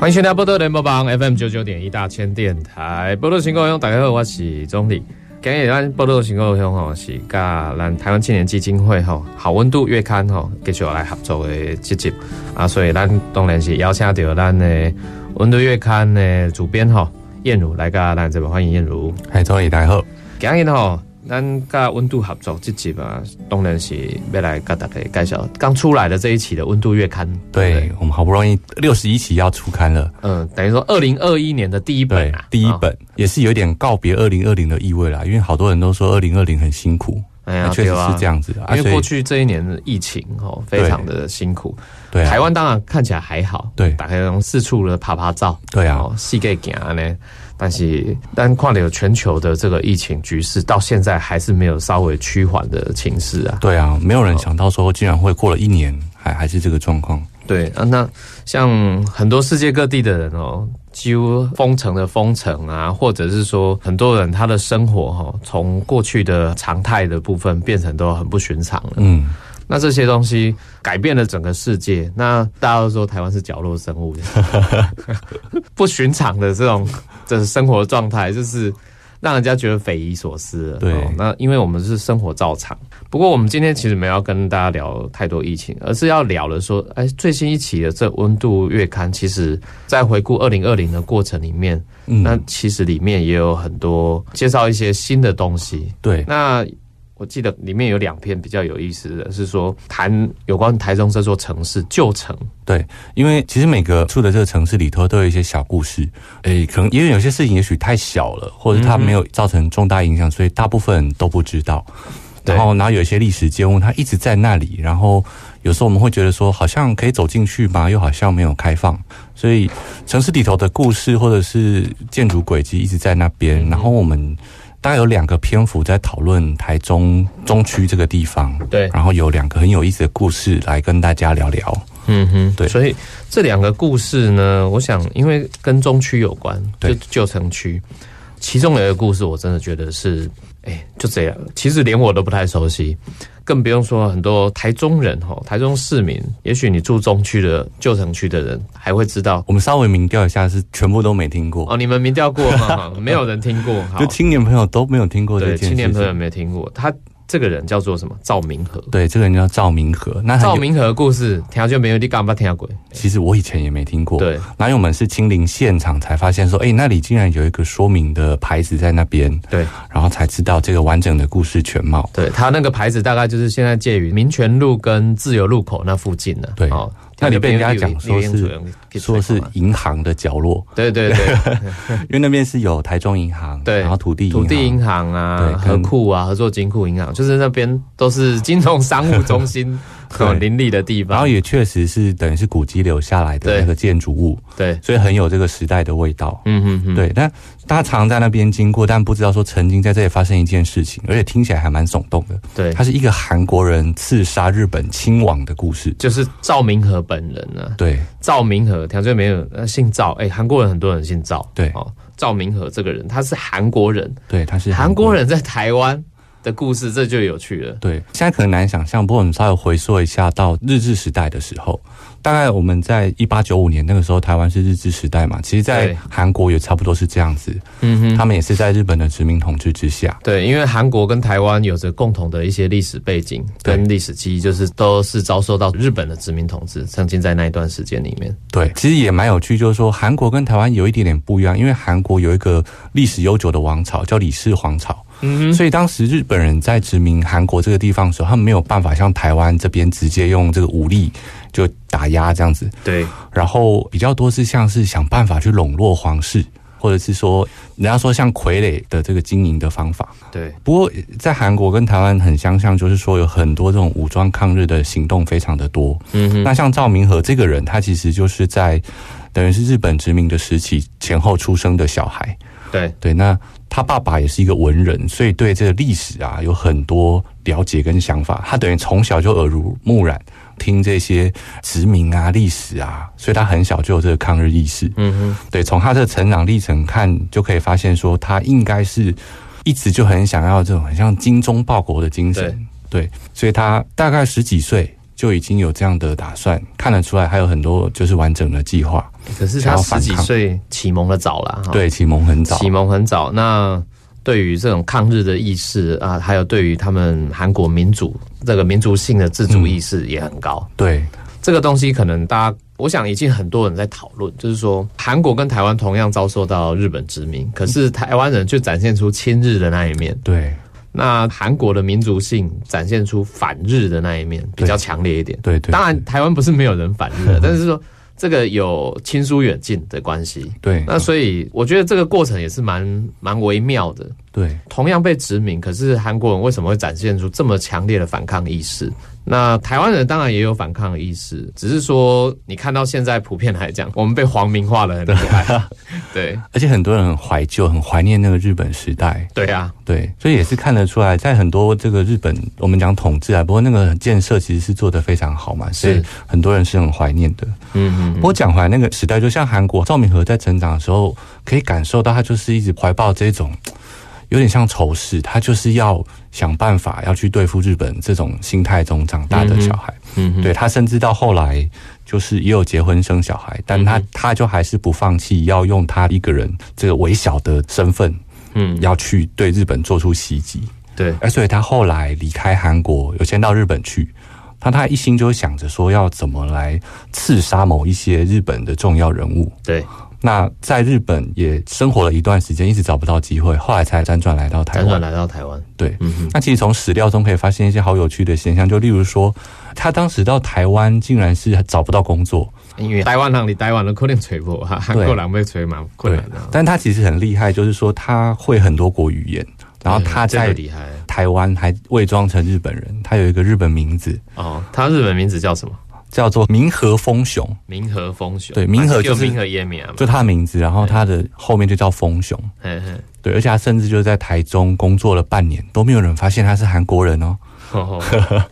欢迎收听波多联播榜 FM 九九点一大千电台。波多新故乡，大家好，我是钟理。今日咱波多新故乡吼是甲咱台湾青年基金会吼好温度月刊吼继续来合作的这集啊，所以咱当然是邀请到咱的温度月刊的主编吼燕如来甲咱这边欢迎燕如。嗨，哎周宇大家好。今日吼，咱甲温度合作这集啊，当然是要来甲大家介绍刚出来的这一期的温度月刊。不对，我们好不容易六十一期要出刊了，嗯，等于说二零二一年的第一本对啊，，第一哦本也是有点告别二零二零的意味啦，因为好多人都说二零二零很辛苦，哎呀那确实对啊是这样子啊，因所为以过去这一年的疫情哦，非常的辛苦。对啊台湾当然看起来还好，对打开从四处的爬爬照，对啊哦，世界行呢。但是，但看了全球的这个疫情局势，到现在还是没有稍微趋缓的情势啊。对啊，没有人想到说竟然会过了一年还还是这个状况，对啊，那像很多世界各地的人哦，几乎封城的封城啊，或者是说很多人他的生活哈、哦，从过去的常态的部分变成都很不寻常了。嗯，那这些东西改变了整个世界。那大家都说台湾是角落生 物，不寻常的这种这生活状态，就是让人家觉得匪夷所思了。哦对那因为我们是生活照常。不过我们今天其实没有要跟大家聊太多疫情，而是要聊的说，哎，最新一期的这《温度月刊》，其实在回顾二零二零的过程里面，嗯那其实里面也有很多介绍一些新的东西。对，那我记得里面有两篇比较有意思的是说谈有关台中这座城市旧城，对，因为其实每个住的这个城市里头都有一些小故事，诶，可能因为有些事情也许太小了，或者嗯它没有造成重大影响，所以大部分人都不知道。对然后，然后有一些历史建物，它一直在那里。然后有时候我们会觉得说，好像可以走进去吗？又好像没有开放。所以城市里头的故事或者是建筑轨迹一直在那嗯边。然后我们大概有两个篇幅在讨论台中中区这个地方。对然后有两个很有意思的故事来跟大家聊聊。嗯哼，对所以这两个故事呢，我想因为跟中区有关，就对旧城区，其中有一个故事我真的觉得是，哎、就这样，其实连我都不太熟悉，更不用说很多台中人哈，台中市民，也许你住中区的旧城区的人还会知道我们稍微民调一下，是全部都没听过，哦，你们民调过吗？哈没有人听过，好 就青年朋友都没有听过这对件青事情。年朋友没听过，他这个人叫做什么？赵明和。对，这个人叫赵明和。那很有赵明和的故事，听就没有你敢不听过？其实我以前也没听过。对，然后我们是亲临现场才发现说，哎、那里竟然有一个说明的牌子在那边，对然后才知道这个完整的故事全貌。对，他那个牌子大概就是现在介于民权路跟自由路口那附近的。对哦，那里被人家讲说听说是有有有说是银行的角落，对对对，因为那边是有台中银行，对然后土地银行土地银行啊、对和跟库啊、合作金库银行，就是那边都是金融商务中心哦林立的地然后方。也确实是等于是古迹留下来对的那个建筑物，对，所以很有这个时代的味道。嗯嗯嗯，对，但大家常在那边经过，但不知道说曾经在这里发生一件事情，而且听起来还蛮耸动的。对它是一个韩国人刺杀日本亲王的故事。就是赵明和本人啊。对，赵明和，条件没有，呃，姓赵，哎、韩国人很多人姓赵，对哦，赵明和这个人他是韩国人，对，他是韩国。人在台湾的故事，这就有趣了，对，现在可能难想象，不过我们稍微回溯一下到日治时代的时候，大概我们在一八九五年那个时候，台湾是日治时代嘛，其实，在对韩国也差不多是这样子，嗯哼，他们也是在日本的殖民统治之下。对，因为韩国跟台湾有着共同的一些历史背景对跟历史记忆，就是都是遭受到日本的殖民统治，曾经在那一段时间里面，对，其实也蛮有趣，就是说韩国跟台湾有一点点不一样，因为韩国有一个历史悠久的王朝叫李氏皇朝，嗯，所以当时日本人在殖民韩国这个地方的时候，他们没有办法像台湾这边直接用这个武力就打压这样子，对，然后比较多是像是想办法去笼络皇室。或者是说人家说像傀儡的这个经营的方法。对，不过在韩国跟台湾很相像，就是说有很多这种武装抗日的行动非常的多。嗯哼，那像赵明和这个人，他其实就是在等于是日本殖民的时期前后出生的小孩。对，对，那他爸爸也是一个文人，所以对这个历史啊有很多了解跟想法。他等于从小就耳濡目染，听这些殖民啊、历史啊，所以他很小就有这个抗日意识。嗯哼，对，从他的成长历程看，就可以发现说，他应该是一直就很想要这种很像精忠报国的精神。对，所以他大概十几岁就已经有这样的打算，看得出来，还有很多就是完整的计划。可是想他要十反几抗岁启蒙的早啦，哈对，启蒙很早，啊启蒙很早。那对于这种抗日的意识啊，还有对于他们韩国民主这个民族性的自主意识也很高。对，这个东西可能大家，我想已经很多人在讨论，就是说韩国跟台湾同样遭受到日本殖民，可是台湾人却展现出亲日的那一面，对，那韩国的民族性展现出反日的那一面比较强烈一点。对，对，当然，台湾不是没有人反日的，但是说这个有亲疏远近的关系。对，那所以我觉得这个过程也是蛮蛮微妙的。对，同样被殖民，可是韩国人为什么会展现出这么强烈的反抗意识？那台湾人当然也有反抗意识，只是说你看到现在普遍来讲，我们被皇民化了很厉 害。对而且很多人很怀旧，很怀念那个日本时代。对啊，对，所以也是看得出来，在很多这个日本，我们讲统治啊，不过那个建设其实是做得非常好嘛，所以是很多人是很怀念的。嗯不过讲回来，那个时代就像韩国赵明和在成长的时候，可以感受到他就是一直怀抱这种有点像仇视，他就是要想办法要去对付日本这种心态中长大的小孩。嗯嗯，对他，甚至到后来就是也有结婚生小孩，但他、嗯他就还是不放弃，要用他一个人这个微小的身份，嗯要去对日本做出袭击。对，而所以他后来离开韩国，有先到日本去。那他一心就想着说要怎么来刺杀某一些日本的重要人物。对，那在日本也生活了一段时间，一直找不到机会，后来才辗转来到台辗转湾。来到台湾，对，嗯哼，那其实从史料中可以发现一些好有趣的现象，就例如说，他当时到台湾竟然是找不到工作，因为台湾人你台湾人可能吹破，哈韩国人被吹蛮困对难的，啊。但他其实很厉害，就是说他会很多国语言，然后他这个在厉害台湾还伪装成日本人，他有一个日本名字哦，他日本名字叫什么？叫做明和丰雄，明和风雄，对明和啊就是明和耶米啊嘛，就他的名字，然后他的后面就叫丰雄，嘿嘿对，而且他甚至就在台中工作了半年，都没有人发现他是韩国人哦。哦，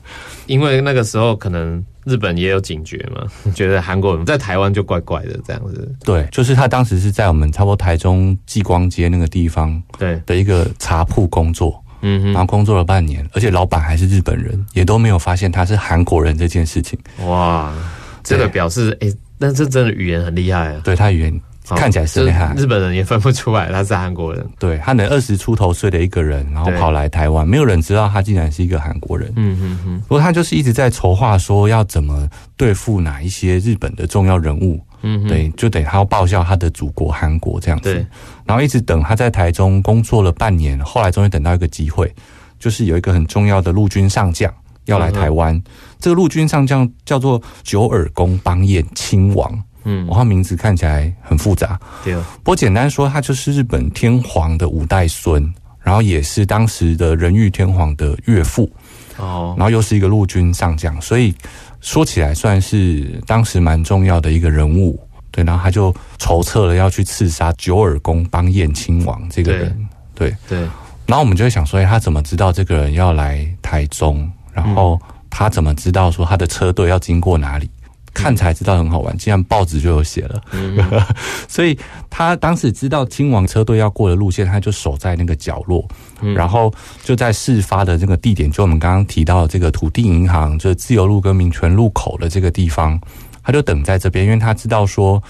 因为那个时候可能日本也有警觉嘛， 觉得韩国人在台湾就怪怪的这样子。对，就是他当时是在我们差不多台中继光街那个地方对，的一个茶铺工作，嗯然后工作了半年，而且老板还是日本人，也都没有发现他是韩国人这件事情。哼，哇，这个表示哎，那这真的语言很厉害啊，对他语言哦看起来是厉害就是日本人也分不出来他是韩国人。对他能二十出头岁的一个人，然后对跑来台湾，没有人知道他竟然是一个韩国人。嗯哼哼，不过他就是一直在筹划说要怎么对付哪一些日本的重要人物，嗯哼，对，就得他要报效他的祖国韩国这样子对。然后一直等他在台中工作了半年，后来终于等到一个机会，就是有一个很重要的陆军上将要来台湾。这个陆军上将叫做九耳宫邦彦亲王，哦嗯哇，他名字看起来很复杂，对哦，不过简单说，他就是日本天皇的五代孙，然后也是当时的仁玉天皇的岳父，哦然后又是一个陆军上将，所以说起来算是当时蛮重要的一个人物。对，然后他就筹策了要去刺杀九耳宫邦彦亲王这个人。对，对，然后我们就会想说，哎，他怎么知道这个人要来台中？然后他怎么知道说他的车队要经过哪里？看才知道很好玩，竟然报纸就有写了。 所以他当时知道亲王车队要过的路线，他就守在那个角落，然后就在事发的这个地点，就我们刚刚提到的这个土地银行，就是自由路跟民权路口的这个地方，他就等在这边，因为他知道说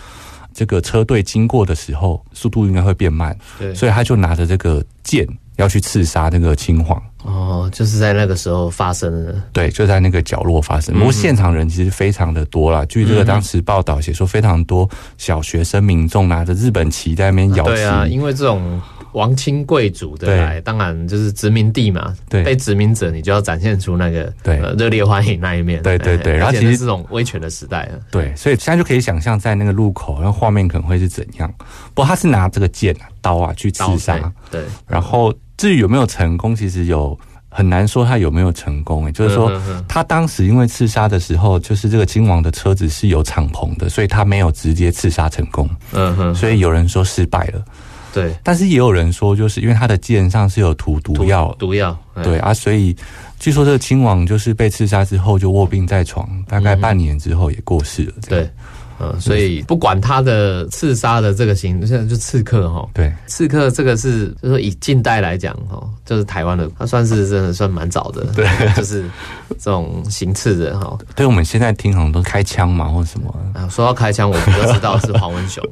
这个车队经过的时候速度应该会变慢，对，所以他就拿着这个剑要去刺杀那个亲皇。哦，就是在那个时候发生的。对，就在那个角落发嗯生。不过现场人其实非常的多啦，据这个当时报道写说，非常多小学生民众拿着日本旗在那边摇旗。啊对啊，因为这种王亲贵族的对来，当然就是殖民地嘛，对被殖民者你就要展现出那个对呃热烈欢迎那一面，对对哎对然后而且其实那是这种威权的时代啊，对，所以现在就可以想象在那个路口，那画面可能会是怎样。不过他是拿这个剑啊、刀啊去刺倒杀，退，对，然后至于有没有成功，其实有很难说他有没有成功、欸。就是说嗯嗯嗯，他当时因为刺杀的时候，就是这个亲王的车子是有敞篷的，所以他没有直接刺杀成功，嗯哼，所以有人说失败了。对，但是也有人说，就是因为他的剑上是有涂毒药，毒药，哎对，啊，所以据说这个亲王就是被刺杀之后就卧病在床，大嗯概半年之后也过世了。这样对，嗯，所以不管他的刺杀的这个行，现在就刺客哈，对刺客这个是，就是说以近代来讲，哈，就是台湾的，他算是真的算蛮早的，对，就是这种行刺的哈。对，我们现在听好像都开枪嘛或什么，啊，说到开枪，我们就知道是黄文 雄，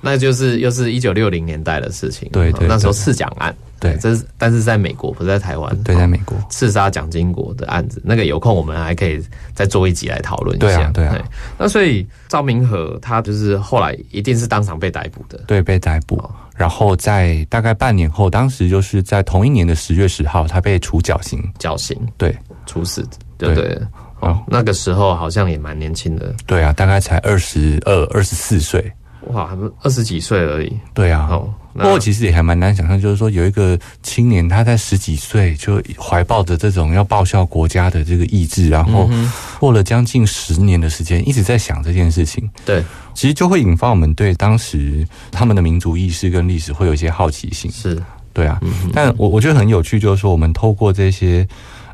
那就是又是一九六零年代的事情，对对那时候对刺蒋案，对这是但是在美国，不是在台湾，对，在美国，刺杀蒋经国的案子，那个有空我们还可以再做一集来讨论一下。对啊对啊那所以赵明和他就是后来一定是当场被逮捕的。对，被逮捕。然后在大概半年后，当时就是在同一年的十月十号，他被处绞刑。绞刑对，处死，对不对对了？哦哦，那个时候好像也蛮年轻的，对啊，大概才二十二、二十四岁。哇，还不二十几岁而已。对啊，哦，不过那其实也还蛮难想象，就是说有一个青年，他在十几岁就怀抱着这种要报效国家的这个意志，然后嗯过了将近十年的时间，一直在想这件事情，对，其实就会引发我们对当时他们的民族意识跟历史会有一些好奇心。是，对嗯啊，但我我觉得很有趣，就是说我们透过这些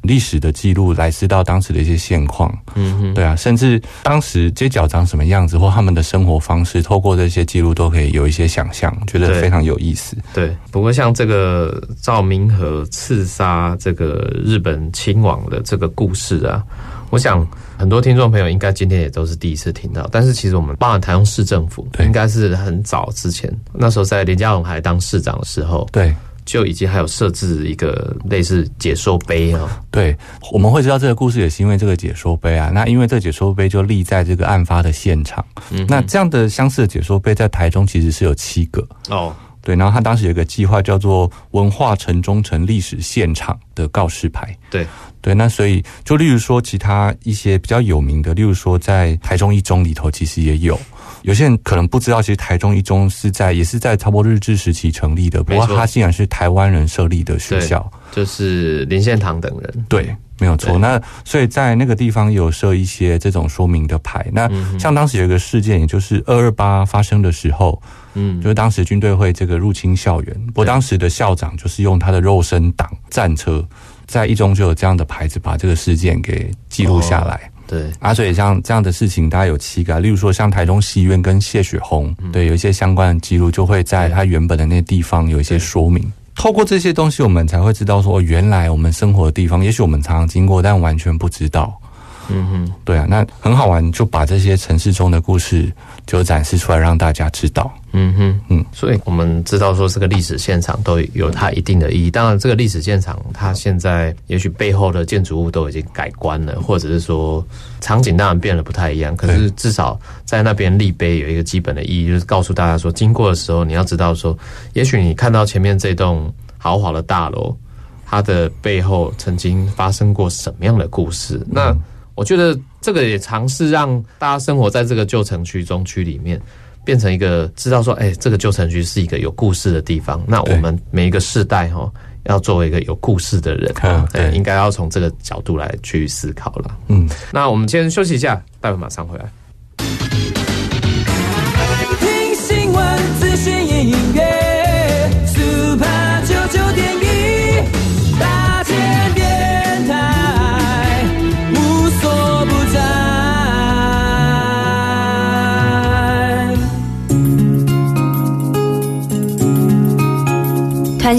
历史的记录来知道当时的一些现况。嗯哼，对啊，甚至当时街角长什么样子，或他们的生活方式，透过这些记录都可以有一些想象，觉得对非常有意思。对。不过像这个赵明和刺杀这个日本亲王的这个故事啊，我想很多听众朋友应该今天也都是第一次听到。但是其实我们包含台中市政府，对应该是很早之前，那时候在林佳龙还当市长的时候，对就已经还有设置一个类似解说碑哦。对，我们会知道这个故事也是因为这个解说碑啊。那因为这个解说碑就立在这个案发的现场。嗯那这样的相似的解说碑在台中其实是有七个。哦，对，然后他当时有一个计划叫做“文化城中城历史现场”的告示牌。对，对，那所以就例如说其他一些比较有名的，例如说在台中一中里头，其实也有。有些人可能不知道，其实台中一中是在也是在差不多日治时期成立的，不没过错它竟然是台湾人设立的学对校。就是林献堂等人。对，没有错。嗯对那所以在那个地方有设一些这种说明的牌。那嗯像当时有一个事件，也就是二二八发生的时候，嗯，就是当时军队会这个入侵校园，不过当时的校长就是用他的肉身挡战车，在一中就有这样的牌子把这个事件给记哦录下来。对，啊，所以像这样的事情，大家有七个啊、例如说像台中戏院跟谢雪红，嗯对，有一些相关的记录，就会在它原本的那地方有一些说明。透过这些东西，我们才会知道说，哦，原来我们生活的地方，也许我们常常经过，但完全不知道。嗯哼，对啊，那很好玩，就把这些城市中的故事就展示出来，让大家知道。嗯哼，嗯嗯，所以我们知道说这个历史现场都有它一定的意义。当然，这个历史现场它现在也许背后的建筑物都已经改观了，或者是说场景当然变得不太一样，可是至少在那边立碑有一个基本的意义，就是告诉大家说，经过的时候你要知道说，也许你看到前面这栋豪华的大楼，它的背后曾经发生过什么样的故事？嗯那我觉得这个也尝试让大家生活在这个旧城区中区里面，变成一个知道说，哎、这个旧城区是一个有故事的地方。那我对们每一个世代哈，要作为一个有故事的人，嗯哎对应该要从这个角度来去思考了。嗯，那我们先休息一下，待会马上回来。听新闻，资讯音乐，Super 九九点一，大千电台，无所不在。传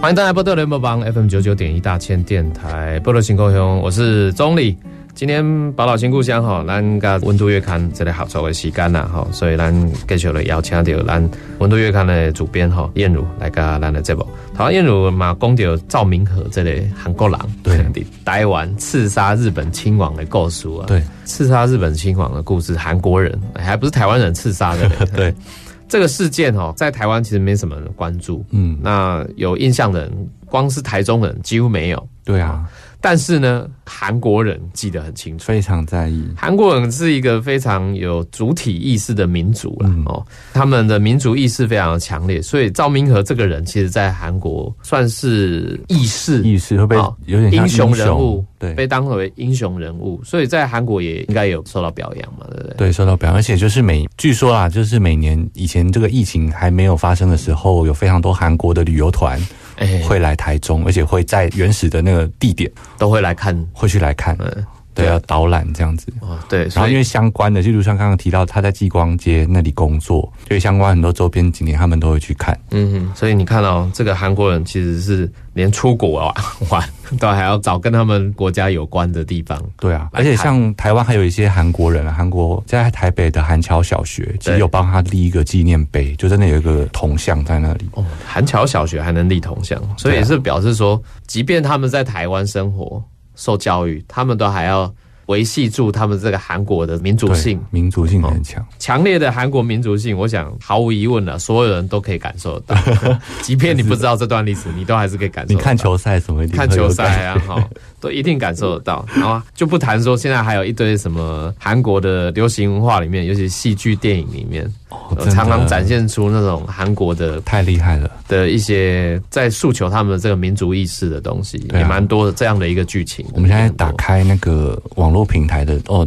欢迎大家波特联播帮 FM 九九点一大千电台波特新故乡，我是钟礼。今天宝岛新故乡吼，咱甲温度月刊这个合作的时间啦吼，所以咱继续来邀请到咱温度月刊的主编吼燕如来甲咱的节目。好，燕如嘛讲到赵明和这个韩国人，对伫台湾刺杀日本亲王的构事啊，对，刺杀日本亲王的故事，韩国人还不是台湾人刺杀的嘞， 对，这个事件哦，在台湾其实没什么人关注，嗯，那有印象的人，光是台中人几乎没有，对啊，但是呢，韩国人记得很清楚。非常在意，韩国人是一个非常有主体意识的民族啦，嗯哦，他们的民族意识非常强烈，所以赵明和这个人，其实在韩国算是义士，意识会被哦有点像英雄人物对被当为英雄人物，所以在韩国也应该有受到表扬嘛，对不对？对，受到表扬，而且就是每据说啦，就是每年以前这个疫情还没有发生的时候，有非常多韩国的旅游团哎、会来台中，而且会在原始的那个地点都会来看，会去来看，嗯，对对，要导览这样子。哦，对，然所后以因为相关的，就如像刚刚提到，他在继光街那里工作，所以相关很多周边景点他们都会去看。嗯，哼，所以你看哦，这个韩国人其实是连出国啊玩 都还要找跟他们国家有关的地方。对啊，来而且看像台湾还有一些韩国人啊，韩国在台北的韩桥小学，其对实有帮他立一个纪念碑，就真的有一个铜像在那里。哦，韩侨小学还能立铜像，所以也是表示说，即便他们在台湾生活、受教育，他们都还要维系住他们这个韩国的民族对性，哦民族性很强，强烈的韩国民族性。我想毫无疑问了，所有人都可以感受 得到，即便你不知道这段历史，你都还是可以感受你得到。看球赛什么一定看会有球感赛啊，哈，都一定感受得 到。然后就不谈说现在还有一堆什么韩国的流行文化里面，尤其戏剧、电影里面，哦真的常常展现出那种韩国的太厉害了，的一些在诉求他们这个民族意识的东西，对啊也蛮多的这样的啊一个剧情。我们现在也很多打开那个网络平台的哦，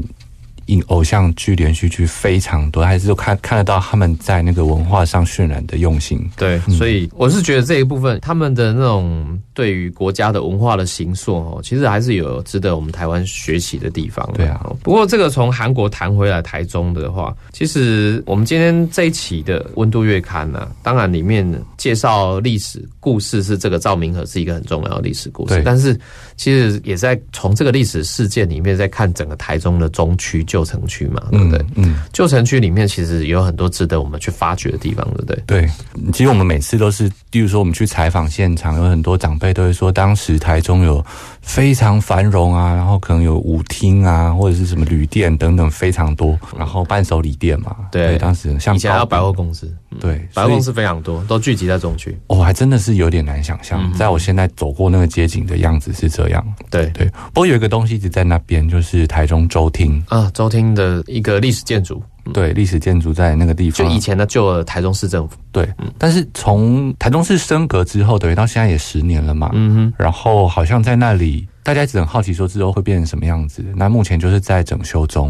影偶像剧、连续剧非常多，还是都看看得到他们在那个文化上渲染的用心。对，所以我是觉得这一部分他们的那种对于国家的文化的形塑哦，其实还是有值得我们台湾学习的地方。对啊，不过这个从韩国谈回来台中的话，其实我们今天这一期的《温度月刊》呢、当然里面介绍历史故事是这个赵明和是一个很重要的历史故事对，但是其实也在从这个历史事件里面在看整个台中的中区旧城区嘛，对不对？嗯嗯，旧城区里面其实有很多值得我们去发掘的地方，对不对？对，其实我们每次都是，例如说我们去采访现场，有很多长辈都会说，当时台中有非常繁荣啊，然后可能有舞厅啊，或者是什么旅店等等非常多，然后伴手礼店嘛，对当时像以前还有高嗯百饼货公司，嗯对百货公所以司非常多，都聚集在中区。哦，还真的是有点难想嗯象，在我现在走过那个街景的样子是这样。对对，不过有一个东西一直在那边，就是台中州厅，啊，周厅的一个历史建筑，对，历史建筑在那个地嗯就方。以前嗯的旧的台中市政府。对，但是从台中市升格之后，等于到现在也十年了嘛，嗯然后好像在那里，大家一直很好奇说之后会变成什么样子。那目前就是在整修中，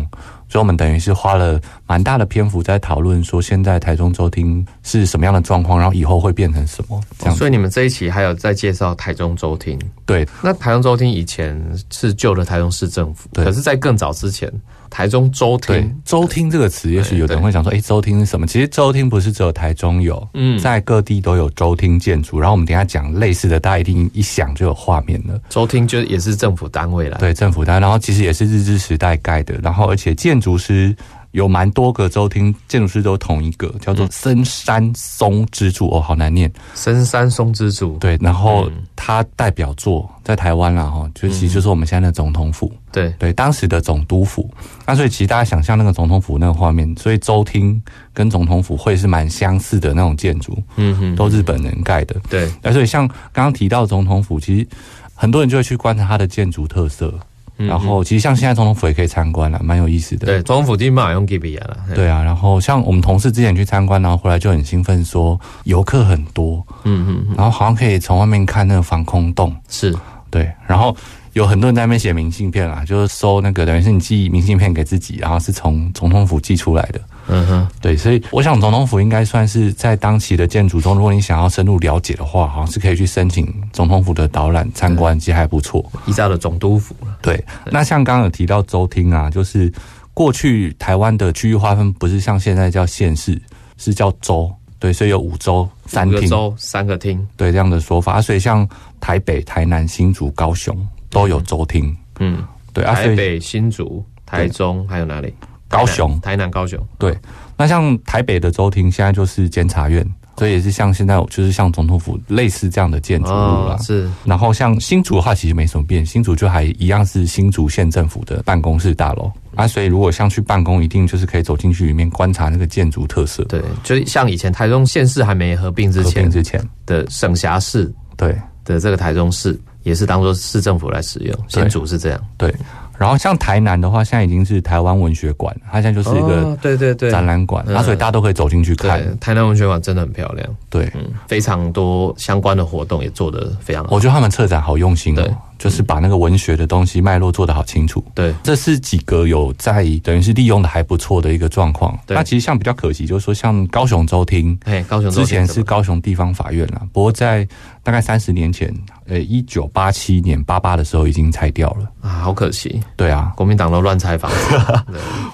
所以我们等于是花了蛮大的篇幅在讨论说现在台中州厅是什么样的状况，然后以后会变成什么这样子。所以你们这一期还有在介绍台中州厅。对，那台中州厅以前是旧的台中市政府，对可是，在更早之前，台中州对厅，，州厅这个词，也许有的人会想说，诶，州厅是什么？其实州厅不是只有台中有，嗯在各地都有州厅建筑。然后我们等一下讲类似的，大家一定一想就有画面了。州厅就也是政府单位啦。对，政府单，然后其实也是日治时代盖的，然后而且建筑师有蛮多个州厅，建筑师都同一个，叫做森山松之助，哦，好难念。深山松之助，对，然后他代表作在台湾啦，哈，就其实就是我们现在的总统府，对对，当时的总督府。那所以其实大家想象那个总统府那个画面，所以州厅跟总统府会是蛮相似的那种建筑，嗯哼，都日本人盖的。对那所以像刚刚提到总统府，其实很多人就会去观察它的建筑特色。然后其实像现在总统府也可以参观了，蛮有意思的。嗯对，总府金马用 g i b i 啦。嘿对啊，然后像我们同事之前去参观，然后回来就很兴奋，说游客很多，嗯嗯，然后好像可以从外面看那个防空洞。是对，然后有很多人在那边写明信片啦，就是收那个等于是你寄明信片给自己，然后是从总统府寄出来的。嗯哼，对，所以我想总统府应该算是在当期的建筑中，如果你想要深入了解的话，好像是可以去申请总统府的导览参观，其实还不错。依照的总督府啦。对，那像刚刚有提到州厅啊，就是过去台湾的区域划分不是像现在叫县市，是叫州。对，所以有五州三五个厅，州三个厅，对这样的说法。啊、所以像台北、台南、新竹、高雄都有州厅，嗯，对啊，所台以北、新竹、台中还有哪里？高雄台南、台南高雄，对。那像台北的州厅现在就是监察院，所以也是像现在就是像总统府类似这样的建筑物啦。哦，是然后像新竹的话，其实没什么变，新竹就还一样是新竹县政府的办公室大楼啊，所以如果像去办公，一定就是可以走进去里面观察那个建筑特色。对，就像以前台中县市还没合并之合前并之前，的省辖市对的这个台中市，也是当做市政府来使用，对新竹是这样，对。然后像台南的话，现在已经是台湾文学馆，它现在就是一哦个对对对，展览馆，嗯啊，所以大家都可以走进去看。对，台南文学馆真的很漂亮，对，嗯，非常多相关的活动也做得非常好我，觉得他们策展好用心对哦，就是把那个文学的东西脉络做得好清楚。对，这是几个有在等于是利用的还不错的一个状况。对那其实像比较可惜，就是说像高雄州厅，哎，高雄州之前县是怎么高雄地方法院啦，不过在大概三十年前，呃，一九八七年八八的时候已经拆掉了。啊，好可惜，对啊，国民党都乱拆房 子，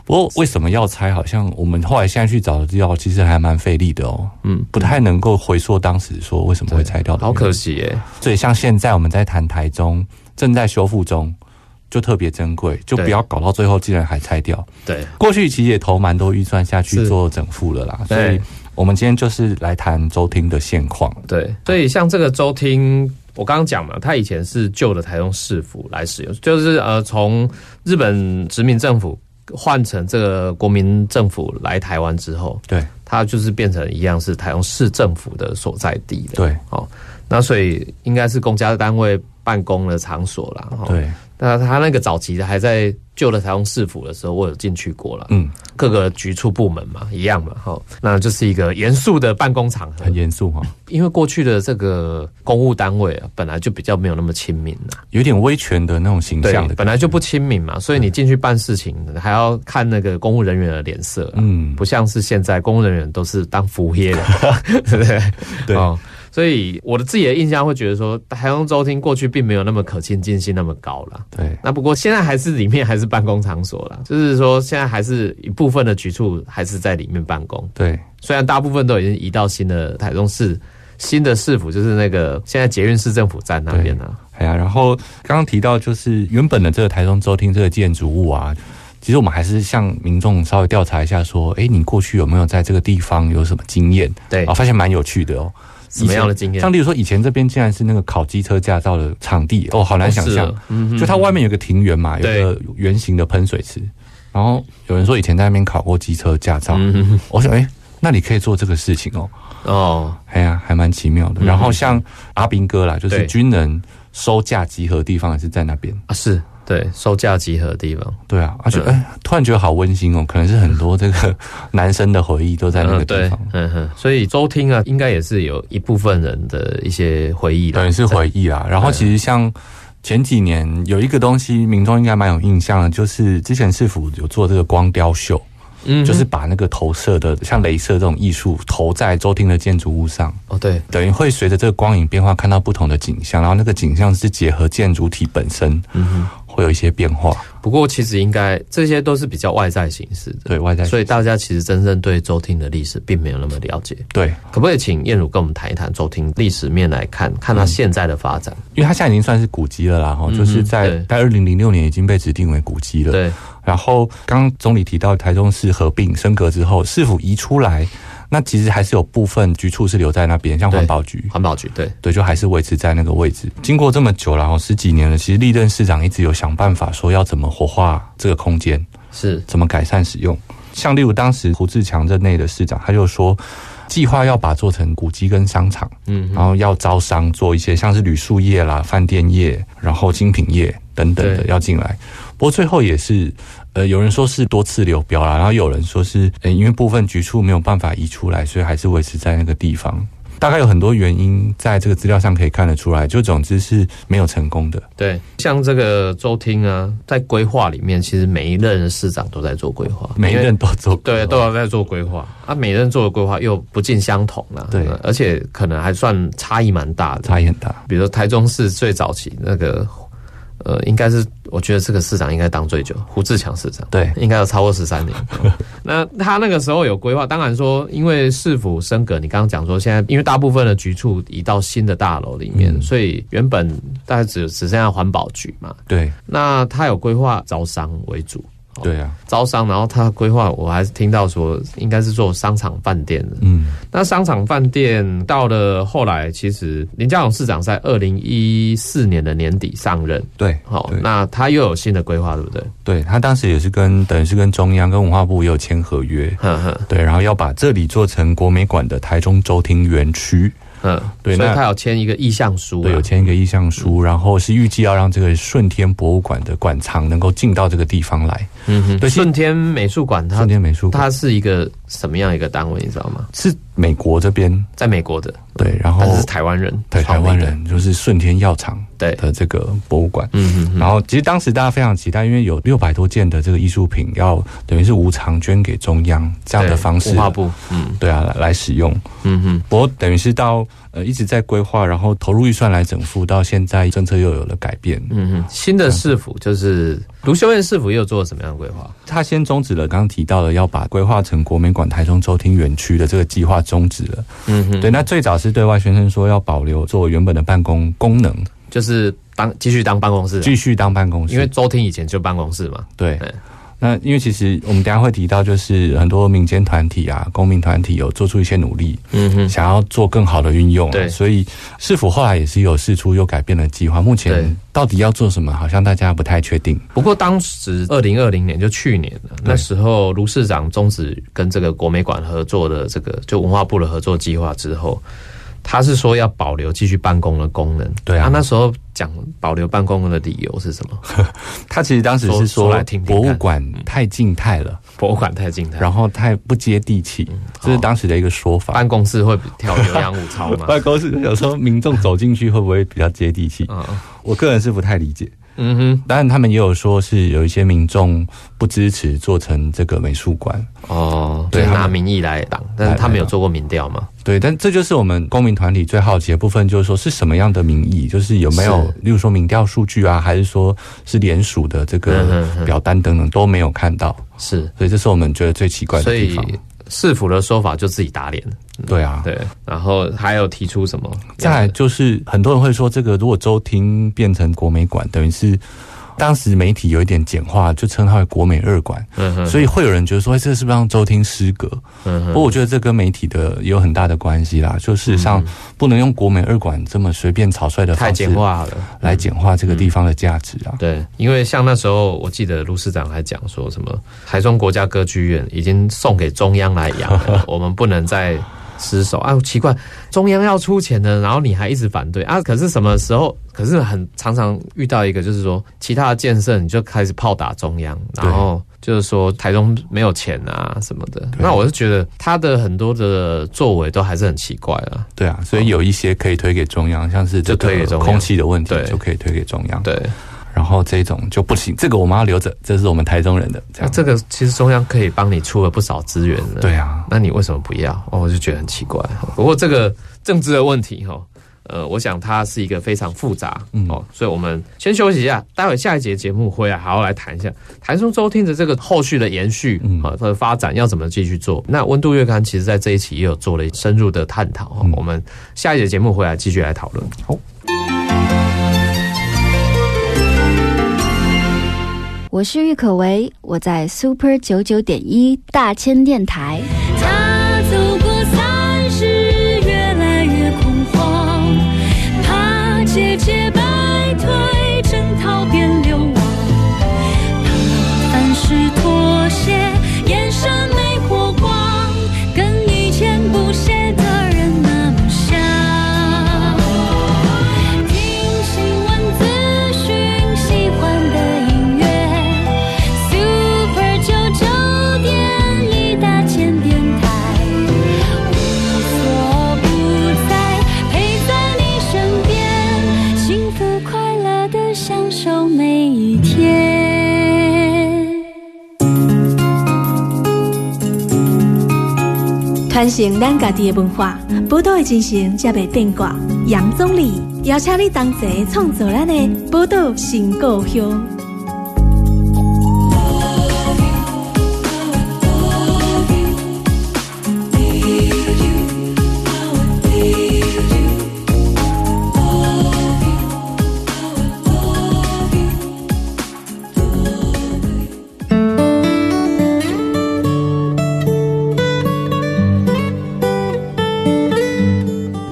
不过为什么要拆？好像我们后来现在去找的资料，其实还蛮费力的哦。嗯，不太能够回溯当时说为什么会拆掉的。好可。惜耶，所以像现在我们在谈台中正在修复中，就特别珍贵，就对不要搞到最后竟然还拆掉。对，过去其实也投蛮多预算下去是做整复了啦，所对以我们今天就是来谈周厅的现况。对，所以像这个州厅，我刚刚讲嘛，它以前是旧的台中市府来使用，就是呃从日本殖民政府换成这个国民政府来台湾之后，对它就是变成一样是台中市政府的所在地的。，对哦，那所以应该是公家单位办公的场所啦。哦，对，那它那个早期的还在旧的台中市府的时候，我有进去过了。嗯，各个局处部门嘛，一样嘛，哈、那就是一个严肃的办公场合很，严肃哈，因为过去的这个公务单位啊，本来就比较没有那么亲民呐、有点威权的那种形象的，本来就不亲民嘛，所以你进去办事情还要看那个公务人员的脸色、啊，嗯不像是现在公务人员都是当服务业的，对不 对？ 对哦所以我的自己的印象会觉得说，台中州厅过去并没有那么可亲近性那么高啦。对那不过现在还是里面还是办公场所啦，就是说现在还是一部分的局处还是在里面办公，对虽然大部分都已经移到新的台中市新的市府，就是那个现在捷运市政府站那边啊。哎呀，然后刚刚提到就是原本的这个台中州厅这个建筑物啊，其实我们还是向民众稍微调查一下，说，哎，你过去有没有在这个地方有什么经验？对啊，发现蛮有趣的哦。什么样的经验以前像例如说，以前这边竟然是那个考机车驾照的场地，哦，好难想是象。哦嗯哼就它外面有个庭园嘛，有对个圆形的喷水池。然后有人说以前在那边考过机车驾照，嗯，我想，哎，那你可以做这个事情哦。哦，哎呀，还蛮奇妙的。然后像阿兵哥啦，嗯就对是军人收假集合的地方也是在那边。啊是对，收假集合的地方，对啊，而且哎，突然觉得好温馨哦，可能是很多这个 男生的回忆都在那嗯个地对方，，嗯哼，所以周听啊，应该也是有一部分人的一些回忆等的于，是回忆啦。然后其实像前几年有一个东西，民众应该蛮有印象的，就是之前市府有做这个光雕秀，嗯就是把那个投射的像镭射这种艺术投在周厅的建筑物上。哦对，等于会随着这个光影变化，看到不同的景象，然后那个景象是结合建筑体本身，嗯，会有一些变化。不过其实应该这些都是比较外在形式的，对外在，所以大家其实真正对周听的历史并没有那么了解。对，可不可以请燕如跟我们谈一谈周听历史面来看，看嗯它现在的发展？因为它现在已经算是古迹了啦，哈、哦嗯就是在对在二零零六年已经被指定为古迹了。，对，然后刚刚总理提到台中市合并升格之后，市府移出来，那其实还是有部分局处是留在那边，像对环保局。环保局对。对，就还是维持在那个位置。经过这么久了，然后十几年了，其实历任市长一直有想办法说要怎么活化这个空间。是怎么改善使用。像例如当时胡志强任内的市长，他就说，计划要把做成古迹跟商场，嗯，然后要招商做一些像是旅宿业啦、饭店业，然后精品业等等的对要进来。不过最后也是，呃，有人说是多次流标啦，然后有人说是，呃，因为部分局处没有办法移出来，所以还是维持在那个地方。大概有很多原因，在这个资料上可以看得出来，就总之是没有成功的。对，像这个周厅啊，在规划里面，其实每一任的市长都在做规划，每一因为任都走对都有在做规划啊，每任做的规划又不尽相同啦、对呃而且可能还算差异蛮大的。差异很大，比如说台中市最早期那个呃，应该是我觉得这个市长应该当最久，胡志强市长对应该有超过十三年。 嗯那他那个时候有规划，当然说，因为市府升格，你刚刚讲说，现在因为大部分的局处移到新的大楼里面，嗯所以原本大概只只剩下环保局嘛。对那他有规划招商为主，哦对啊，招商，然后他规划，我还是听到说应该是做商场饭店的。嗯，那商场饭店到了后来，其实林佳龙市长在二零一四年的年底上任。对，好对，那他又有新的规划，对不对？对他当时也是跟等于是跟中央跟文化部也有签 合约，哼哼对，然后要把这里做成国美馆的台中州厅园区，哼，对嗯所以那他有签一个意向书啊，对，有签一个意向书，然后是预计要让这个顺天博物馆的馆藏能够进到这个地方来。嗯哼，对其实顺天美术馆它顺天美术馆它是一个什么样一个单位，你知道吗？是美国这边在美国的，对，然后但是台湾人，对哦台湾人就是顺天药厂对的这个博物馆。嗯哼然后其实当时大家非常期待，因为有六百多件的这个艺术品要等于是无偿捐给中央这样的方式文，化部，嗯对啊来来使用。嗯哼，不过等于是到呃一直在规划，然后投入预算来整复，到现在政策又有了改变。嗯哼，新的市府就是卢修燕市府又做了什么样的规划？他先终止了刚刚提到的要把规划成国美馆台中州厅园区的这个计划终止了。嗯哼，对，那最早是对外宣称说要保留做原本的办公功能，就是当继续当办公室啊，继续当办公室。因为周厅以前就办公室嘛，对嗯，那因为其实我们等一下会提到，就是很多民间团体啊、公民团体有做出一些努力，嗯哼，想要做更好的运用啊、对所以市府后来也是有试出又改变了计划。目对前到底要做什么，好像大家不太确定。不过当时二零二零年就去年了，那时候卢市长终止跟这个国美馆合作的这个就文化部的合作计划之后，他是说要保留继续办公的功能。对啊那时候讲保留办公的理由是什么？ 他其实当时说是说说来听听博物看嗯馆太静态了，博物馆太近了，然后太不接地气，嗯这是当时的一个说法。 办公室会跳牛羊舞操吗？办公室有时候民众走进去会不会比较接地气？嗯我个人是不太理解。嗯哼，当然，他们也有说是有一些民众不支持做成这个美术馆，哦，对对，他们拿民意来挡，但是他们有做过民调吗？对，但这就是我们公民团体最好奇的部分，就是说是什么样的民意，就是有没有是，例如说民调数据啊，还是说是联署的这嗯个哼哼表单等等都没有看到，是，所以这是我们觉得最奇怪的所地以方。市府的说法就自己打脸。对啊，对，然后还有提出什么？再来就是很多人会说，这个如果州厅变成国美馆，等于是当时媒体有一点简化，就称它为国美二馆，嗯哼，所以会有人觉得说，哎，这是不是让州厅失格？嗯不哼过我觉得这跟媒体的也有很大的关系啦，就事实上不能用国美二馆这么随便草率的嗯太方式简化嗯了。来简化这个地方的价值啊。对，因为像那时候，我记得卢市长还讲说什么，台中国家歌剧院已经送给中央来养了，我们不能再失手啊！奇怪，中央要出钱的，然后你还一直反对啊！可是什么时候？可是很常常遇到一个，就是说其他的建设你就开始炮打中央，对然后就是说台中没有钱啊什么的。对那我是觉得他的很多的作为都还是很奇怪啊。对啊，所以有一些可以推给中央，像是这就推给个中央空气的问题对就可以推给中央。，对，然后这种就不行，这个我们要留着，这是我们台中人的这那、样。啊这个其实中央可以帮你出了不少资源的。对啊，那你为什么不要？哦，我就觉得很奇怪。不过这个政治的问题哈，呃，我想它是一个非常复杂嗯哦，所以我们先休息一下，待会下一节节目回来好好来谈一下台中州听的这个后续的延续嗯啊、它的发展要怎么继续做。那温度月刊其实在这一期也有做了深入的探讨、哦嗯，我们下一节节目回来继续来讨论。我是郁可唯，我在 Super 九九点一大千电台。他走过三十，越来越恐慌，怕节节败退，征讨变流亡，怕凡事妥协，眼神没火光，跟以前不屑的人那么像。听新闻资讯，喜欢的音乐。Super 九九点一大千电台，传承咱家己的文化，宝岛的精神才袂变卦。杨总理邀请你同齐创造咱的宝岛新故乡。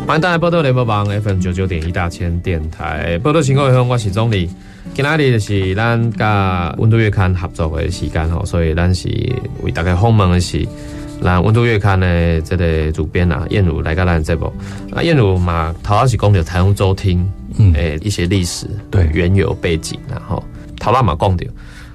欢迎大家报道联播网 FM 九九点一大千电台，报道情况向我是总理。今仔日就是咱甲温度月刊合作的时间吼，所以咱是为大家访问的是咱温度月刊的这个主编啊，燕如来到咱节目。啊，燕如嘛，头仔是讲着台湾州厅嗯，诶一些历史、对缘由背景啊，然后头仔嘛讲着。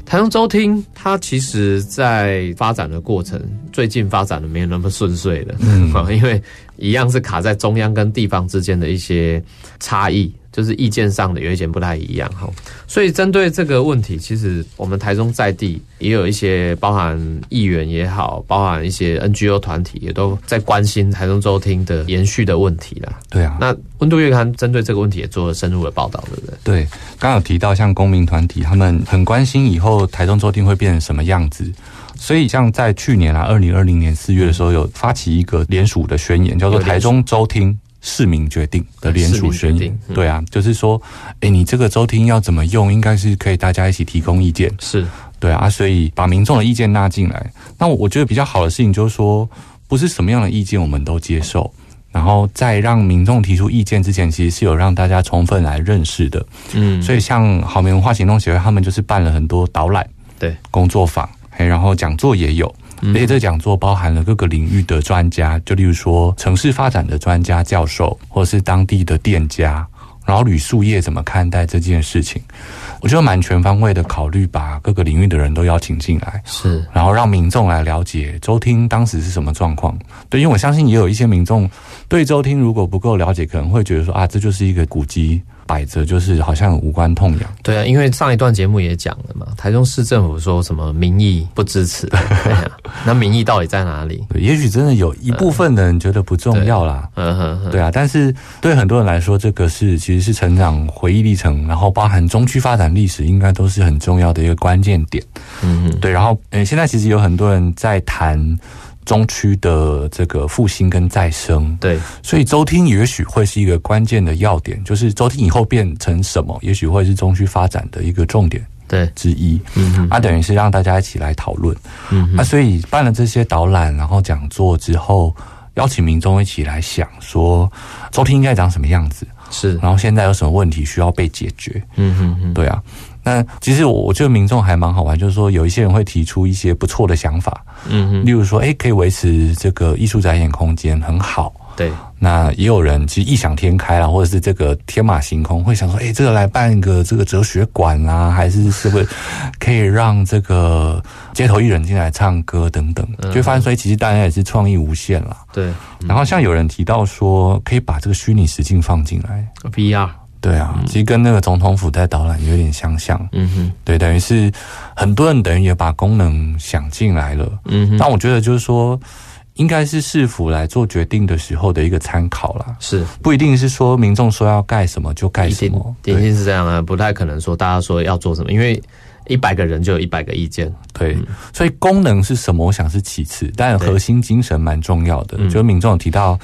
台中州厅，它其实在发展的过程，最近发展的没有那么顺遂了，嗯， 因为一样是卡在中央跟地方之间的一些差异，就是意见上的有一些不太一样哈。所以针对这个问题，其实我们台中在地也有一些包含议员也好，包含一些 NGO 团体也都在关心台中州厅的延续的问题啦。对啊，那《温度月刊》针对这个问题也做了深入的报道，对不对？对，刚刚有提到像公民团体，他们很关心以后台中州定会变成什么样子。所以，像在去年啊，二零二零年四月的时候，有发起一个联署的宣言，叫做有“台联署中州厅市民决定”的联署宣市民言决定。嗯对啊，就是说，诶，你这个州厅要怎么用，应该是可以大家一起提供意见。是，对啊，所以把民众的意见纳进来。那我我觉得比较好的事情就是说，不是什么样的意见我们都接受，然后在让民众提出意见之前，其实是有让大家充分来认识的。嗯，所以像好眠文化行动协会，他们就是办了很多导览、对，嗯工作坊，嘿，然后讲座也有。而且这讲座包含了各个领域的专家，就例如说城市发展的专家、教授，或者是当地的店家，然后旅宿业怎么看待这件事情，我觉得蛮全方位的考虑，把各个领域的人都邀请进来。是，然后让民众来了解周听当时是什么状况。对，因为我相信也有一些民众对周听如果不够了解，可能会觉得说啊，这就是一个古迹摆着，就是好像无关痛痒。对啊，因为上一段节目也讲了嘛，台中市政府说什么民意不支 持，对啊，那民意到底在哪里？对也许真的有一部分的人觉得不重要啦。嗯哼哼，对啊，但是对很多人来说，这个是其实是成长回忆历程，然后包含中区发展历史，应该都是很重要的一个关键点。嗯哼，对，然后呃，现在其实有很多人在谈中区的这个复兴跟再生，对，所以周听也许会是一个关键的要点，就是周听以后变成什么，也许会是中区发展的一个重点对，之一。嗯哼，啊，等于是让大家一起来讨论。嗯哼啊，所以办了这些导览，然后讲座之后，邀请民众一起来想说，周听应该长什么样子，是，然后现在有什么问题需要被解决。嗯哼哼，对啊，那其实我我觉得民众还蛮好玩，就是说有一些人会提出一些不错的想法，嗯哼，例如说，哎，可以维持这个艺术展演空间很好。对，那也有人其实异想天开啦，或者是这个天马行空，会想说，哎、这个来办一个这个哲学馆啊，还是是不是可以让这个街头艺人进来唱歌等等，就嗯会发现说，哎其实大家也是创意无限啦。对然后像有人提到说，可以把这个虚拟实境放进来， ，VR，对啊，其实跟那个总统府在导览有点相像，嗯哼，对，等于是很多人等于也把功能想进来了。嗯哼，但我觉得就是说，应该是市府来做决定的时候的一个参考啦。是。不一定是说民众说要盖什么就盖一什定么，一对定是这样啊，不太可能说大家说要做什么，因为一百个人就有一百个意见。对，所以功能是什么，我想是其次，但对核心精神蛮重要的。嗯就是民众有提到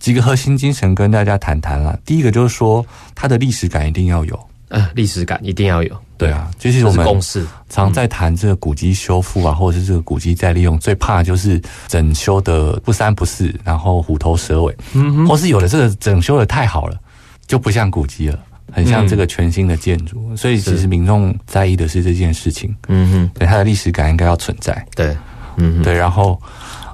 几个核心精神跟大家谈谈啦。第一个就是说，它的历史感一定要有，呃，历史感一定要有，对啊，就嗯是这我是们共识。常在谈这个古迹修复啊，或者是这个古迹再利用，最怕就是整修的不三不四，然后虎头蛇尾，嗯、或是有的这个整修的太好了，就不像古迹了，很像这个全新的建筑。所以嗯其是实民众在意的是这件事情，嗯哼，对它的历史感应该要存在。对，嗯哼，对，然后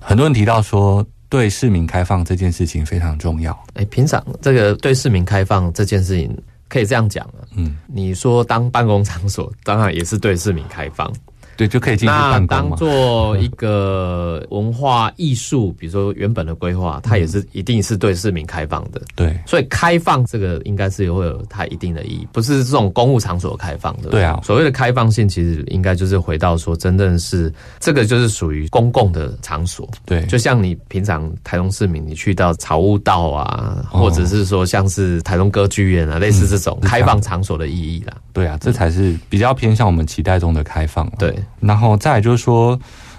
很多人提到说，对市民开放这件事情非常重要。哎，平常这个对市民开放这件事情，可以这样讲啊。嗯， 你说当办公场所，当然也是对市民开放，对，就可以进去那办公当嘛。做一个文化艺术，比如说原本的规划，它也是一定是对市民开放的。对所以开放这个应该是会有它一定的意义，不是这种公务场所开放的。对啊所谓的开放性其实应该就是回到说，真正是这个就是属于公共的场所。对，就像你平常台中市民，你去到草悟道啊，或者是说像是台中歌剧院啊，类似这种嗯开放场所的意义啦。对啊，这才是比较偏向我们期待中的开放。对，然后再来就是说，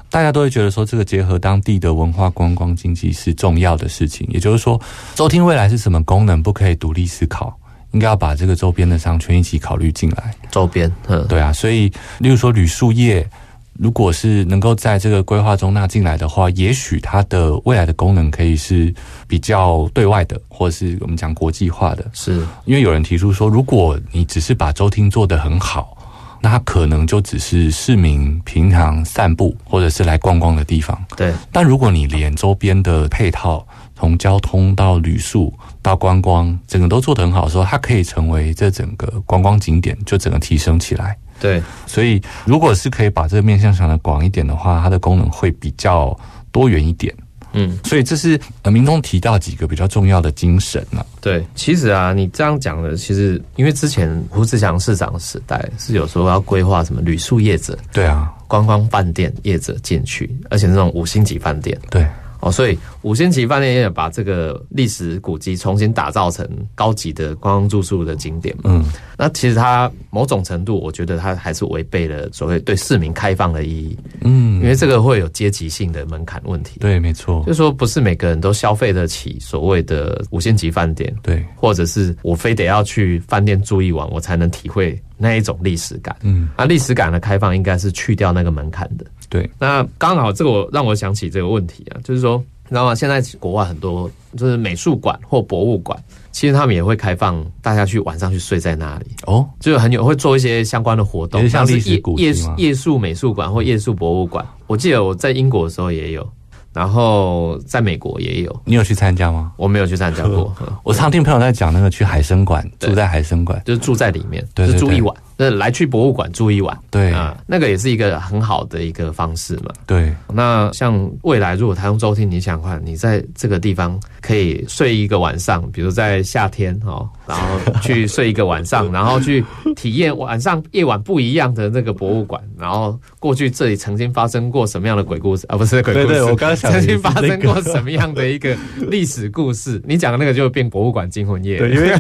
大家都会觉得说，这个结合当地的文化观光经济是重要的事情。也就是说，周听未来是什么功能，不可以独立思考，应该要把这个周边的商圈一起考虑进来。周边，嗯，对啊，所以例如说旅宿业，如果是能够在这个规划中纳进来的话，也许它的未来的功能可以是比较对外的，或者是我们讲国际化的。是因为有人提出说，如果你只是把周听做得很好，那它可能就只是市民平常散步或者是来逛逛的地方。对，但如果你连周边的配套，从交通到旅宿到观光，整个都做得很好的时候，它可以成为这整个观光景点就整个提升起来。对，所以，如果是可以把这个面向想的广一点的话，它的功能会比较多元一点。嗯。所以，这是呃，民众提到几个比较重要的精神呢、对，其实啊，你这样讲的，其实因为之前胡志强市长的时代是有说要规划什么旅宿业者、对啊，观光饭店业者进去，而且是那种五星级饭店对，哦，所以五星级饭店也把这个历史古迹重新打造成高级的观光住宿的景点嘛。嗯，那其实它某种程度，我觉得它还是违背了所谓对市民开放的意义，嗯，因为这个会有阶级性的门槛问题。对，没错就，是说不是每个人都消费得起所谓的五星级饭店，对，或者是我非得要去饭店住一晚，我才能体会那一种历史感。嗯，那历史感的开放应该是去掉那个门槛的。对，那刚好这个我让我想起这个问题啊，就是说，你知道吗？现在国外很多就是美术馆或博物馆，其实他们也会开放大家去晚上去睡在那里，哦，就很有会做一些相关的活动，也是像是历史夜古迹夜吗夜宿美术馆或夜宿博物馆。我记得我在英国的时候也有，然后在美国也有，你有去参加吗？我没有去参加 过。嗯我常听朋友在讲那个去海参馆，对住在海参馆，就是住在里面，对就是对住对一晚，那来去博物馆住一晚，对啊、那个也是一个很好的一个方式嘛。对，那像未来如果台中周听，你想看你在这个地方可以睡一个晚上，比如在夏天哦，然后去睡一个晚上，然后去体验晚上夜晚不一样的那个博物馆，然后过去这里曾经发生过什么样的鬼故事啊？不是鬼故事，对对我刚刚想的曾也是经发生这过什么样的一个历史故事？你讲的那个就变博物馆惊魂夜了，对，因为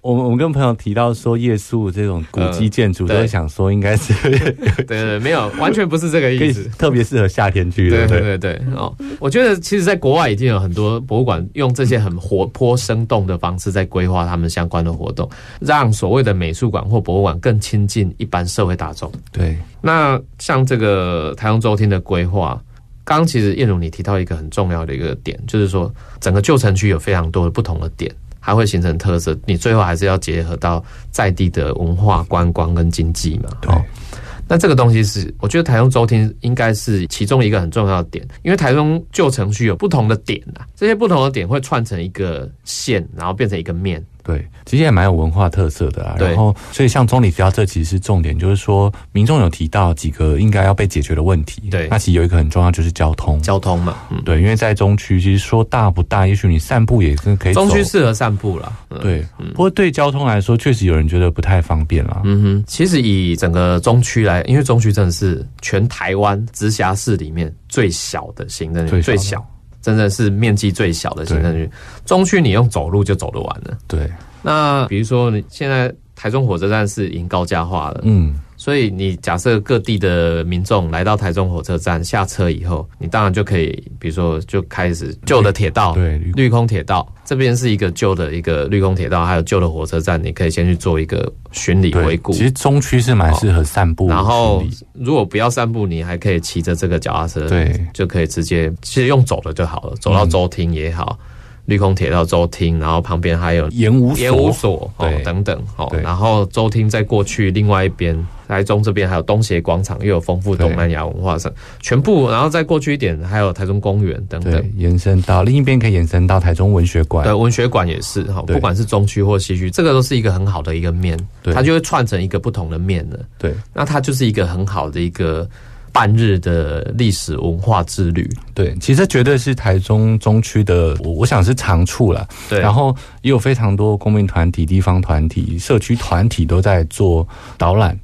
我们我们跟朋友提到说夜宿这种古迹建筑，嗯都对会想说应该 是对对对，没有，完全不是这个可意以思。特别适合夏天去，对对不对对？对对，哦，我觉得其实，在国外已经有很多博物馆用这些很活泼生动的方式在规划他们相关的活动，让所谓的美术馆或博物馆更亲近一般社会大众。对，那像这个台中周厅的规划，刚刚其实燕如你提到一个很重要的一个点，就是说整个旧城区有非常多的不同的点，它会形成特色，你最后还是要结合到在地的文化、观光跟经济嘛。哦对，那这个东西是，我觉得台中周听应该是其中一个很重要的点，因为台中旧城区有不同的点啊，这些不同的点会串成一个线，然后变成一个面。对，其实也蛮有文化特色的啊。对然后，所以像总理提到这其实是重点，就是说民众有提到几个应该要被解决的问题。对那其实有一个很重要就是交通。交通嘛，嗯，对，因为在中区，其实说大不大，也许你散步也是可以走。中区适合散步啦。嗯，对，不过对交通来说，确实有人觉得不太方便啦。嗯哼，其实以整个中区来，因为中区真的是全台湾直辖市里面最小的行政区，最最小的小，真的是面积最小的行政区。中区你用走路就走得完了。对，那比如说你现在台中火车站是已经高架化了，嗯，所以你假设各地的民众来到台中火车站下车以后，你当然就可以，比如说就开始旧的铁道，嗯对绿绿空铁道这边是一个旧的一个绿空铁道，还有旧的火车站，你可以先去做一个巡礼回对，顾哦其。实中区是蛮适合散步、然后处理，如果不要散步，你还可以骑着这个脚踏车，对就可以直接，其实用走的就好了，走到周厅也好，嗯绿空铁道周厅，然后旁边还有盐无盐务所哦对等等哦对，然后周厅再过去另外一边台中这边还有东协广场，又有丰富东南亚文化上全部，然后再过去一点还有台中公园等等对，。延伸到另一边可以延伸到台中文学馆对，，文学馆也是哈，对不管是中区或西区，这个都是一个很好的一个面，对它就会串成一个不同的面了。对那它就是一个很好的一个半日的历史文化之旅。对，其实绝对是台中中区的，我我想是长处了。对，然后也有非常多公民团体、地方团体、社区团体都在做导览。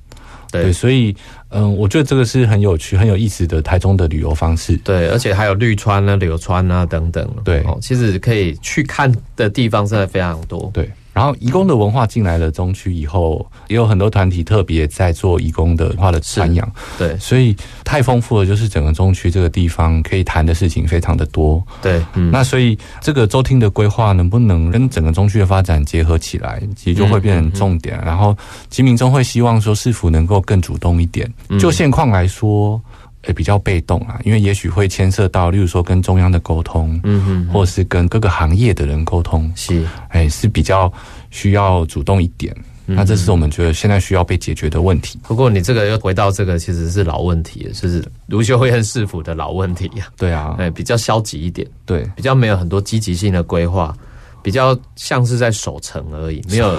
对所以嗯，我觉得这个是很有趣、很有意思的台中的旅游方式。对，而且还有绿川啊、柳川啊等等。对哦，其实可以去看的地方真的非常多。对，然后移工的文化进来了中区以后，也有很多团体特别在做移工的文化的传扬，对所以太丰富了，就是整个中区这个地方可以谈的事情非常的多。对，嗯，那所以这个周厅的规划能不能跟整个中区的发展结合起来，其实就会变成重嗯点。然后，其实民众会希望说，市府能够更主动一点。嗯就现况来说，呃，比较被动啊，因为也许会牵涉到，例如说跟中央的沟通，嗯嗯，或是跟各个行业的人沟通，是，哎，是比较需要主动一点。嗯那这是我们觉得现在需要被解决的问题。不过你这个又回到这个其实是老问题了，就是卢修会恩市府的老问题 呀、对啊，哎，比较消极一点，对，比较没有很多积极性的规划，比较像是在守城而已，没 有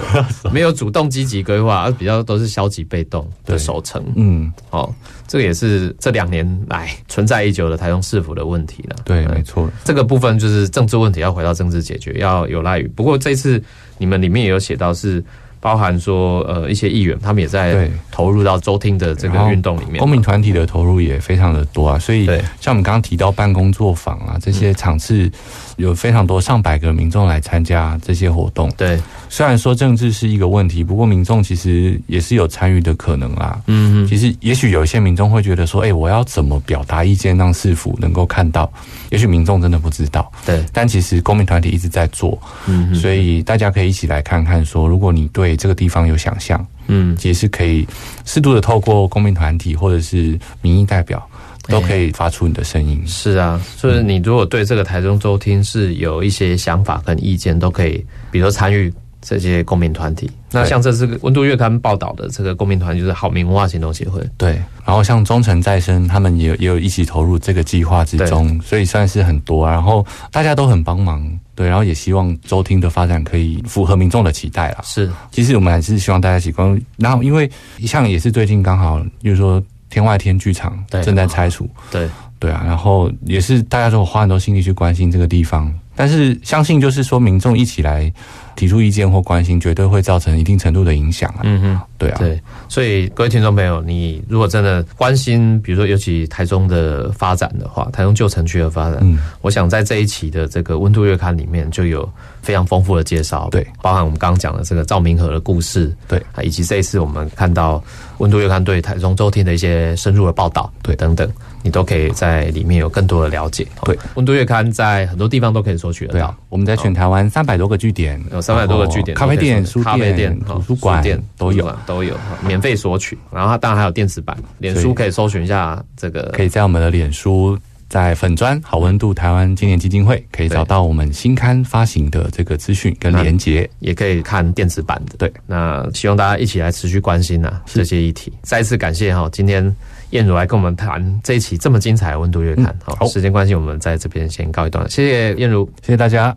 没有主动积极规划，而比较都是消极被动的对守城。嗯，哦，这个也是这两年来存在已久的台中市府的问题了。对，嗯没错。这个部分就是政治问题，要回到政治解决，要有赖于。不过这次你们里面也有写到是。包含说，呃，一些议员他们也在对投入到周听的这个然后运动里面公。民团体的投入也非常的多啊，所以对嗯像我们刚刚提到办工作坊啊，这些场次有非常多上百个民众来参加这些活动。对，虽然说政治是一个问题，不过民众其实也是有参与的可能啦。嗯其实也许有一些民众会觉得说，哎、我要怎么表达意见让市府能够看到？也许民众真的不知道，对，但其实公民团体一直在做，嗯所以大家可以一起来看看说如果你对这个地方有想象，嗯，其实是可以适度的透过公民团体或者是民意代表，都可以发出你的声音。是啊，就是你如果对这个台中周听是有一些想法跟意见，都可以，比如说参与这些公民团体。那像这次《温度月刊》报道的这个公民团，就是好民文化行动协会。对，然后像忠诚再生，他们也有也有一起投入这个计划之中，所以算是很多啊。然后大家都很帮忙，对，然后也希望周听的发展可以符合民众的期待啦。是，其实我们还是希望大家一起关注。然后因为像也是最近刚好，比如说天外天剧场对正在拆除，对，对啊，然后也是大家都有花很多心力去关心这个地方，但是相信就是说民众一起来提出意见或关心，绝对会造成一定程度的影响啊。嗯哼。对啊，对，所以各位听众朋友，你如果真的关心，比如说尤其台中的发展的话，台中旧城区的发展，嗯，我想在这一期的这个《温度月刊》里面就有非常丰富的介绍，对，包含我们刚刚讲的这个赵明和的故事，对啊，以及这一次我们看到《温度月刊》对台中周天的一些深入的报道，对等等，你都可以在里面有更多的了解。对《温度月刊》在很多地方都可以索取得对到啊。，我们在全台湾三百多个据点，有三百多个据点，然哦后咖啡店、书咖啡店店、、哈图书馆店都图书有，馆嗯都有，哈免费索取。然后它当然还有电子版，脸所书以可以搜寻一下这个，可以在我们的脸书。在粉砖好温度台湾青年基金会可以找到我们新刊发行的这个资讯跟那连结。也可以看电子版的。对，那希望大家一起来持续关心啊这些议题。再次感谢哈，今天燕如来跟我们谈这一期这么精彩的温度月刊。好，嗯好时间关系，我们在这边先告一段落，谢谢燕如。谢谢大家。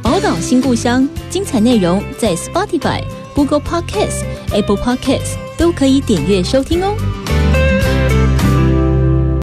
宝岛新故乡，精彩内容在 Spotify、Google Podcasts、Apple Podcasts 都可以点阅收听哦。